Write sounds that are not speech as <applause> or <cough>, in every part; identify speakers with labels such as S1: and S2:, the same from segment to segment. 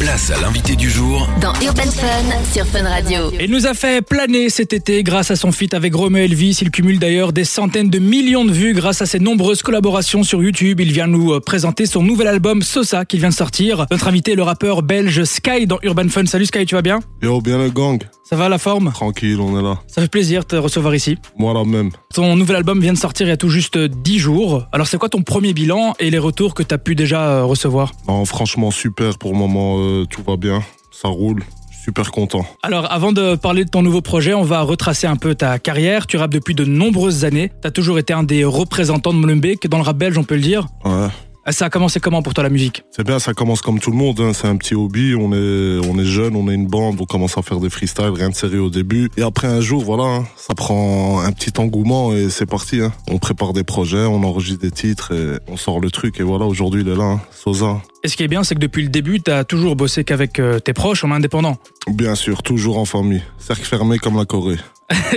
S1: Place à l'invité du jour
S2: Dans Urban Fun sur Fun Radio.
S3: Il nous a fait planer cet été grâce à son feat avec Romeo Elvis. Il cumule d'ailleurs des centaines de millions de vues grâce à ses nombreuses collaborations sur YouTube. Il vient nous euh, présenter son nouvel album Sosa qu'il vient de sortir. Notre invité est le rappeur belge Sky dans Urban Fun. Salut Sky, tu vas bien
S4: Yo, bien le gang,
S3: Ça va la forme
S4: tranquille, on est là.
S3: Ça fait plaisir de te recevoir ici.
S4: Moi la même.
S3: Ton nouvel album vient de sortir il y a tout juste euh, 10 jours. Alors c'est quoi ton premier bilan et les retours que tu as pu déjà euh, recevoir
S4: Non, franchement, super pour le moment, euh, tout va bien, ça roule, super content.
S3: Alors, avant de parler de ton nouveau projet, on va retracer un peu ta carrière. Tu rappes depuis de nombreuses années. T'as toujours été un des représentants de Molenbeek dans le rap belge, on peut le dire. Euh,
S4: Ouais.
S3: Ça a commencé comment pour toi la musique
S4: C'est bien, ça commence comme tout le monde, hein, c'est un petit hobby, on est, on est jeune, on est une bande, on commence à faire des freestyles, rien de sérieux au début. Et après un jour, voilà, hein, ça prend un petit engouement et c'est parti. hein. On prépare des projets, on enregistre des titres et on sort le truc. Et voilà, aujourd'hui il est là, hein, Sosa.
S3: Et ce qui est bien, c'est que depuis le début, t'as toujours bossé qu'avec euh, tes proches en indépendant. <laughs>
S4: Bien sûr, toujours en famille, cercle fermé comme la Corée.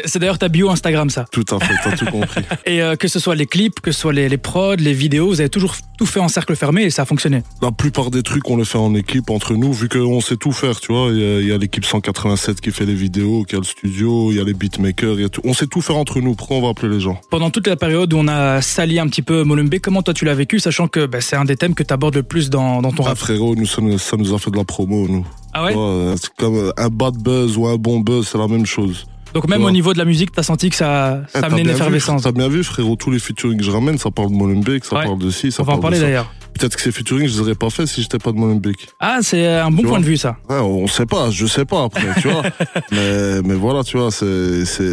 S3: C'est d'ailleurs ta bio Instagram, ça.
S4: Tout à fait, t'as tout compris.
S3: Et euh, que ce soit les clips, que ce soit les, les prods, les vidéos, vous avez toujours tout fait en cercle fermé et ça a fonctionné.
S4: La plupart des trucs, on les fait en équipe entre nous, vu qu'on sait tout faire, tu vois. Il y a- il y a, l'équipe 187 qui fait les vidéos, qui a le studio, il y a les beatmakers, il y a tout. On sait tout faire entre nous. Pourquoi on va appeler les gens
S3: Pendant toute la période où on a sali un petit peu Molenbeek, comment toi tu l'as vécu, sachant que bah, c'est un des thèmes que t'abordes le plus dans, dans ton
S4: Ah,
S3: rap
S4: frérot, nous, ça, nous, ça nous a fait de la promo, nous.
S3: Ah ouais
S4: Tu vois, c'est comme euh, un bad buzz ou un bon buzz, c'est la même chose.
S3: Donc même
S4: Ouais.
S3: au niveau de la musique, t'as senti que ça,
S4: Eh,
S3: ça
S4: t'as
S3: amenait une
S4: bien vu,
S3: effervescence.
S4: T'as bien vu, frérot, tous les featuring que je ramène, ça parle de Molenbeek, ça
S3: Ouais.
S4: parle de ci, ça
S3: On va en
S4: parle
S3: parler
S4: de ça.
S3: d'ailleurs.
S4: Peut-être que ces featuring, je les aurais pas fait si j'étais pas de Molenbeek.
S3: Ah, c'est un bon
S4: Tu
S3: point
S4: vois
S3: de vue, ça.
S4: Ouais, on sait pas, je sais pas après,
S3: <laughs>
S4: tu vois. mais, mais voilà, tu vois, c'est, c'est,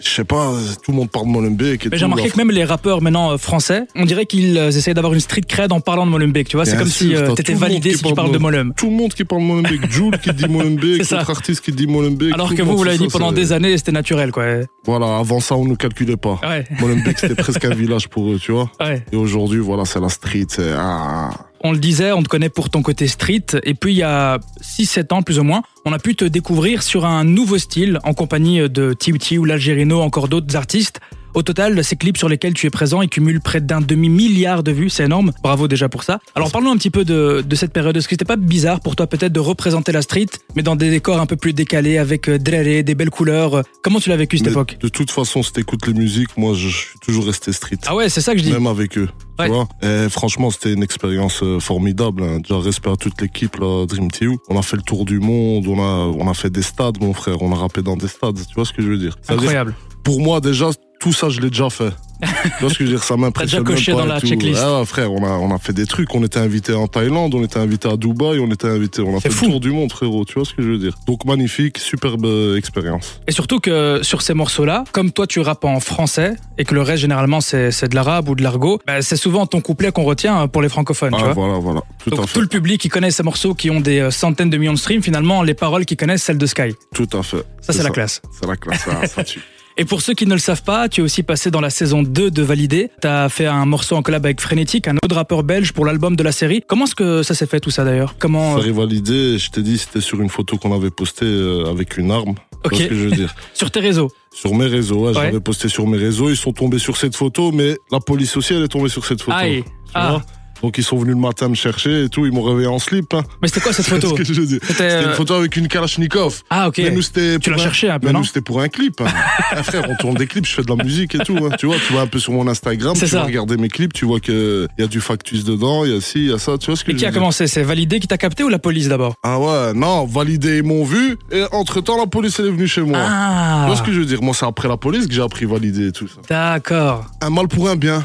S4: je sais pas, tout le monde parle de Molenbeek et
S3: Mais
S4: tout,
S3: j'ai remarqué
S4: là.
S3: que même les rappeurs maintenant euh, français, on dirait qu'ils euh, essayent d'avoir une street cred en parlant de Molenbeek, tu vois. C'est
S4: Bien
S3: comme si
S4: sûr,
S3: euh,
S4: t'as
S3: t'étais
S4: tout le monde
S3: validé
S4: qui
S3: si tu
S4: parle
S3: parles
S4: de-
S3: de Molenbeek.
S4: Tout le monde qui parle de Molenbeek, Jules qui dit
S3: <laughs>
S4: Molenbeek,
S3: C'est ça.
S4: d'autres artistes qui dit Molenbeek.
S3: Alors
S4: tout
S3: que
S4: le
S3: vous,
S4: monde
S3: vous
S4: fait
S3: l'avez
S4: ça,
S3: dit pendant
S4: c'est-
S3: des Ah. années et c'était naturel, quoi. Ouais,
S4: Voilà, avant ça, on nous calculait pas.
S3: ouais.
S4: Molenbeek, c'était
S3: <laughs>
S4: presque un village pour eux, tu vois. Et aujourd'hui, voilà, c'est la street, c'est, ah,
S3: On le disait, on te connaît pour ton côté street. Et puis, il y a 6-7 ans, plus ou moins, on a pu te découvrir sur un nouveau style en compagnie de Tiwti ou l'Algérino, encore d'autres artistes. Au total, ces clips sur lesquels tu es présent, ils cumulent près d'un demi-milliard de vues, c'est énorme. Bravo déjà pour ça. Alors parlons un petit peu de, de cette période. Est-ce que c'était pas bizarre pour toi peut-être de représenter la street, mais dans des décors un peu plus décalés, avec euh, dréré, des belles couleurs Euh, Comment tu l'as vécu cette
S4: mais
S3: époque
S4: de toute façon, si t'écoutes les musiques, moi, je, je suis toujours resté street.
S3: Ah ouais, c'est ça que je dis.
S4: Même avec eux.
S3: Ouais.
S4: Tu vois Et franchement, c'était une expérience euh, formidable. hein. Déjà, respect à toute l'équipe, là, Dream Team. On a fait le tour du monde, on a, on a fait des stades, mon frère. On a rappé dans des stades, tu vois ce que je veux dire Ça veut dire
S3: Incroyable.
S4: pour moi, déjà, tout ça, je l'ai déjà
S3: <laughs>
S4: fait. tu vois ce que je veux dire Ça m'impressionne.
S3: T'as déjà coché
S4: même pas
S3: dans
S4: et
S3: la
S4: tout.
S3: checklist.
S4: Ah, ouais, frère, on a, on a fait des trucs. On était invité en Thaïlande, on était invité à Dubaï, on était invité. On a
S3: C'est
S4: fait
S3: fou.
S4: le tour du monde, frérot. Tu vois ce que je veux dire Donc, magnifique, superbe euh, expérience.
S3: Et surtout que sur ces morceaux-là, comme toi tu rappes en français et que le reste généralement c'est c'est de l'arabe ou de l'argot, bah, c'est souvent ton couplet qu'on retient hein, pour les francophones. tu vois
S4: Ah, voilà, voilà. Tout à
S3: Donc
S4: fait.
S3: tout le public qui connaît ces morceaux, qui ont des euh, centaines de millions de streams, finalement les paroles qu'ils connaissent, celles de Sky.
S4: Tout à fait.
S3: Ça c'est la classe.
S4: C'est la classe. ah, ça tue.
S3: Et pour ceux qui ne le savent pas, tu es aussi passé dans la saison 2 de Validé. T'as fait un morceau en collab avec Frénétique, un autre rappeur belge pour l'album de la série. Comment est-ce que ça s'est fait tout ça d'ailleurs Comment
S4: Ça
S3: euh,
S4: rivalidait, je t'ai dit, c'était sur une photo qu'on avait postée euh, avec une arme.
S3: Ok.
S4: Tu vois ce que je
S3: <laughs>
S4: veux dire
S3: sur tes réseaux
S4: Sur mes réseaux, ouais, je
S3: Ouais.
S4: l'avais posté sur mes réseaux. Ils sont tombés sur cette photo, mais la police aussi, elle est tombée sur cette photo.
S3: Aïe.
S4: Tu
S3: Ah.
S4: vois Donc ils sont venus le matin me chercher et tout, ils m'ont réveillé en slip. hein. <laughs>
S3: Mais c'était quoi cette
S4: Tu vois
S3: photo
S4: ce que je veux dire
S3: C'était,
S4: C'était
S3: euh,
S4: une photo avec une Kalachnikov.
S3: Ah ok.
S4: Mais nous, c'était
S3: Tu
S4: pour
S3: l'as
S4: un-
S3: cherché un peu
S4: mais
S3: non
S4: nous, c'était pour un clip.
S3: <laughs>
S4: hein. Ah, frère, on tourne des clips, je fais de la musique et tout. hein. Tu vois, tu vas un peu sur mon Instagram,
S3: C'est
S4: tu
S3: ça.
S4: vas regarder mes clips, tu vois qu'il y a du factus dedans, il y a ci, il y a ça. Tu vois ce que
S3: Et
S4: je
S3: qui
S4: veux
S3: a
S4: dire
S3: commencé C'est Validé qui t'a capté ou la police d'abord
S4: Ah ouais, non, validé, ils m'ont vu. Et entre-temps, la police, elle est venue chez moi. Tu
S3: Ah,
S4: vois ce que je veux dire Moi, c'est après la police que j'ai appris valider et tout ça.
S3: d'accord.
S4: Un mal pour
S3: <laughs>
S4: un bien.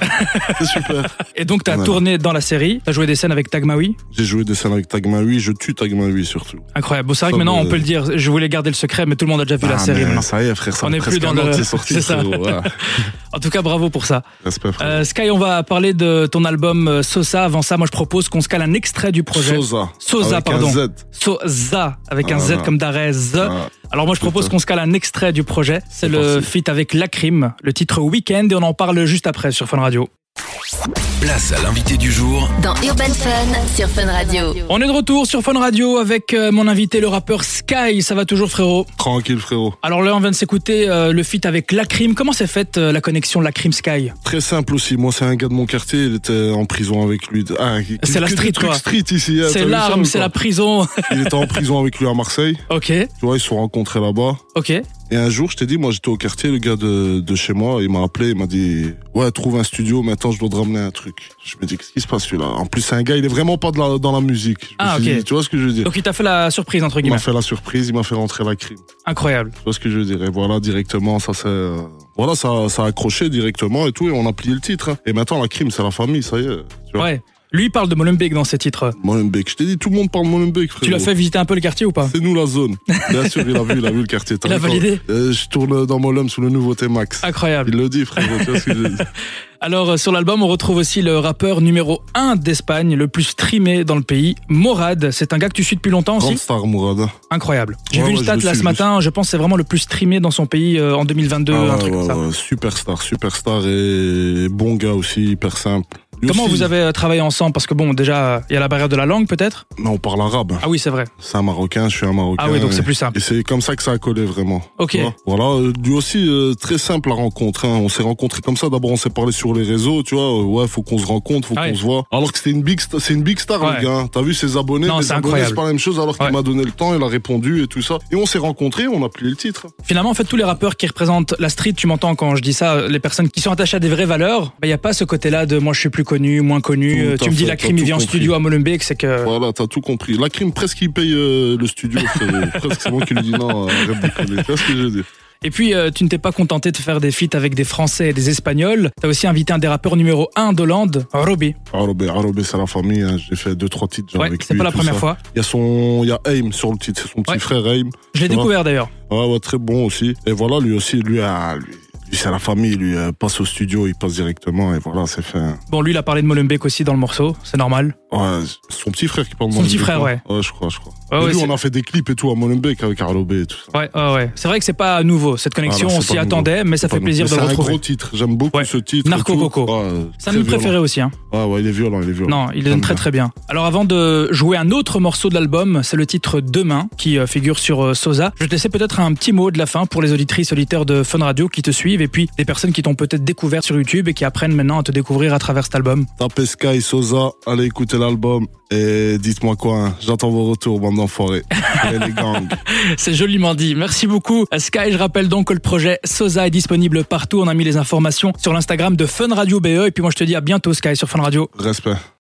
S4: c'est super.
S3: Et donc, t'as
S4: Voilà.
S3: tourné dans la série, t'as joué des scènes avec Tagmaoui.
S4: J'ai joué des scènes avec Tagmaoui, je tue Tagmaoui surtout.
S3: Incroyable. Bon, c'est vrai que
S4: Ça
S3: maintenant,
S4: me-
S3: on peut le dire, je voulais garder le secret, mais tout le monde a déjà vu la
S4: Ah,
S3: série.
S4: mais
S3: maintenant.
S4: Ça y est, frère, ça
S3: On
S4: fait
S3: est plus
S4: presque
S3: dans
S4: un an
S3: le-
S4: que C'est
S3: <laughs>
S4: sorti,
S3: c'est ça.
S4: frérot, ouais.
S3: En tout cas, bravo pour ça.
S4: Respect, frère.
S3: Euh, Sky, on va parler de ton album euh, Sosa. Avant ça, moi, je propose qu'on se cale un extrait du Euh, projet.
S4: Sosa.
S3: Sosa,
S4: Avec
S3: pardon.
S4: Un Z.
S3: Sosa, avec un
S4: Ah,
S3: Z
S4: ah.
S3: comme d'Arez.
S4: Ah,
S3: Alors, moi, je propose
S4: Putain.
S3: qu'on se cale un extrait du projet. C'est
S4: C'est
S3: le
S4: parti.
S3: feat avec Lacrim, le titre Weekend, et on en parle juste après sur Fun Radio.
S1: Place à l'invité du jour
S2: Dans Urban Fun sur Fun Radio.
S3: On est de retour sur Fun Radio avec euh, mon invité, le rappeur Sky. Ça va toujours, frérot
S4: Tranquille, frérot.
S3: Alors là, on vient de s'écouter euh, le feat avec Lacrim. Comment s'est faite euh, la connexion Lacrim-Sky
S4: Très simple aussi. Moi, c'est un gars de mon quartier. Il était en prison avec lui. Ah, il-
S3: C'est la
S4: que des
S3: street,
S4: trucs
S3: quoi.
S4: street ici. hein, t'as
S3: C'est
S4: vu ça ou
S3: l'arme, c'est
S4: quoi
S3: la prison. <laughs>
S4: Il était en prison avec lui à Marseille.
S3: ok,
S4: Tu vois, ils se sont rencontrés là-bas.
S3: ok.
S4: Et un jour, je t'ai dit, moi, j'étais au quartier, le gars de, de chez moi, il m'a appelé, il m'a dit, ouais, trouve un studio, maintenant, je dois te ramener un truc. Je me dis, qu'est-ce qui se passe, celui-là? En plus, c'est un gars, il est vraiment pas de la- dans la musique. Je me
S3: Ah,
S4: suis
S3: ok.
S4: dit, tu vois ce que je veux dire?
S3: Donc il t'a fait la surprise, entre
S4: Il
S3: guillemets.
S4: m'a fait la surprise, il m'a fait rentrer la crime.
S3: Incroyable.
S4: Tu vois ce que je veux dire? Et voilà, directement, ça, c'est, euh, voilà, ça, ça a accroché directement et tout, et on a plié le titre. hein. Et maintenant, la crime, c'est la famille, ça y est. Tu vois?
S3: Ouais. Lui, il parle de Molenbeek dans ses titres.
S4: Molenbeek. Je t'ai dit, tout le monde parle Molenbeek, frère.
S3: Tu l'as fait visiter un peu le quartier ou pas
S4: C'est nous la zone. Bien sûr, il a vu, il a vu le quartier.
S3: <laughs>
S4: T'as
S3: Il a
S4: vu quand-
S3: validé Ah,
S4: Euh, je tourne dans Molum sous le nouveau T-Max.
S3: Incroyable.
S4: Il le dit, frérot. tu vois ce que je veux dire
S3: Alors, euh, sur l'album, on retrouve aussi le rappeur numéro 1 d'Espagne, le plus streamé dans le pays, Morad. C'est un gars que tu suis depuis longtemps aussi
S4: Grande star Mourad.
S3: Incroyable. J'ai
S4: Ouais,
S3: vu une
S4: ouais, je
S3: stat
S4: le
S3: là
S4: suis,
S3: ce
S4: je le
S3: matin, je pense que c'est vraiment le plus streamé dans son pays euh, en 2022,
S4: Ah
S3: un
S4: ouais,
S3: truc
S4: ouais,
S3: comme ça.
S4: ouais, Superstar, superstar et bon gars aussi, hyper simple. Lui
S3: Comment
S4: aussi,
S3: vous avez euh, travaillé ensemble Parce que bon, déjà, il y a la barrière de la langue peut-être
S4: Non, on parle arabe.
S3: Ah oui, c'est vrai.
S4: C'est un Marocain, je suis un Marocain.
S3: Ah oui, donc c'est
S4: et-
S3: plus simple.
S4: Et c'est comme ça que ça a collé vraiment.
S3: Ok.
S4: Tu vois Voilà, euh, lui aussi, euh, très simple la rencontre. hein. On s'est rencontrés comme ça. D'abord, on s'est parlé sur les réseaux, tu vois. Euh, Ouais, faut qu'on se rencontre, faut
S3: Ah
S4: qu'on
S3: ouais.
S4: se voit. Alors que c'était une big, sta- c'est une big star,
S3: Ouais.
S4: le gars. hein. T'as vu ses abonnés,
S3: Non,
S4: mes
S3: c'est
S4: abonnés,
S3: incroyable.
S4: c'est pas la même chose. Alors qu'il
S3: Ouais.
S4: m'a donné le temps, il a répondu et tout ça. Et on s'est rencontrés, on a plié le titre.
S3: Finalement, en fait, tous les rappeurs qui représentent la street, tu m'entends quand je dis ça, les personnes qui sont attachées à des vraies valeurs, il n'y a pas ce côté-là de moi je suis plus connu, moins connu.
S4: Tout
S3: euh, tu
S4: à
S3: me dis
S4: fait,
S3: la
S4: t'as
S3: crime, il
S4: tout
S3: vient en
S4: compris.
S3: studio à Molenbeek, c'est que.
S4: Voilà, bah, t'as tout compris. La crime, presque, il paye euh, le studio. frérot. presque, c'est moi qui lui dis non, euh, arrête de déconner. Tu vois ce que je veux dire
S3: Et puis, euh, tu ne t'es pas contenté de faire des feats avec des Français et des Espagnols. T'as aussi invité un des rappeurs numéro 1 d'Hollande, Robbie.
S4: Arobé, Arobé, ah, c'est la famille. hein. J'ai fait deux, trois titres genre,
S3: Ouais,
S4: avec
S3: c'est
S4: lui,
S3: pas la
S4: tout
S3: première
S4: ça.
S3: fois.
S4: Il y a son, il y a Aim sur le titre. C'est son petit
S3: Ouais.
S4: frère Aim.
S3: Je l'ai
S4: Ça va.
S3: découvert d'ailleurs.
S4: Ouais, ouais, très bon aussi. Et voilà, lui aussi, lui, ah, lui, lui, c'est la famille. Lui euh, passe au studio, il passe directement. Et voilà, c'est fait. hein.
S3: Bon, lui, il a parlé de Molenbeek aussi dans le morceau, c'est normal.
S4: Ouais, son petit frère qui parle
S3: Son petit
S4: Molenbeek,
S3: frère,
S4: non
S3: ouais.
S4: Ouais, je crois, je crois.
S3: Ouais,
S4: et
S3: ouais,
S4: lui,
S3: c'est-
S4: on a fait des clips et tout à Molenbeek avec Arobé et tout ça.
S3: Ouais, ouais, ouais. C'est vrai que c'est pas nouveau, cette connexion,
S4: Voilà,
S3: on
S4: Ah c'est
S3: s'y
S4: pas nouveau.
S3: attendait, mais ça
S4: Pas
S3: fait
S4: non-
S3: plaisir
S4: mais
S3: de le
S4: C'est un
S3: retrouver.
S4: gros titre. J'aime beaucoup
S3: Ouais.
S4: ce titre. et
S3: Narco
S4: tout.
S3: Coco.
S4: Ouais,
S3: C'est
S4: très
S3: un de mes
S4: violent.
S3: préférés aussi. Hein.
S4: Ouais, Ah ouais, il est violent, il est violent.
S3: Non, il les donne
S4: J'aime
S3: très
S4: bien.
S3: très bien. Alors avant de jouer un autre morceau de l'album, c'est le titre Demain qui euh, figure sur euh, Sosa. Je vais te laisser peut-être un petit mot de la fin pour les auditrices auditeurs de Fun Radio qui te suivent et puis des personnes qui t'ont peut-être découvert sur YouTube et qui apprennent maintenant à te découvrir à travers cet album.
S4: Tapez Sky Sosa, allez écouter l'album et dites-moi quoi. hein. J'attends vos retours, bande
S3: <laughs>
S4: d'enfoirés. Allez, les gangs.
S3: <laughs> C'est joliment dit. Merci beaucoup. À Sky, je rappelle donc que le projet Sosa est disponible E. partout. On a mis les informations sur l'Instagram de Fun Radio BE et puis moi je te dis à bientôt Sky sur Fun Radio.
S4: Respect.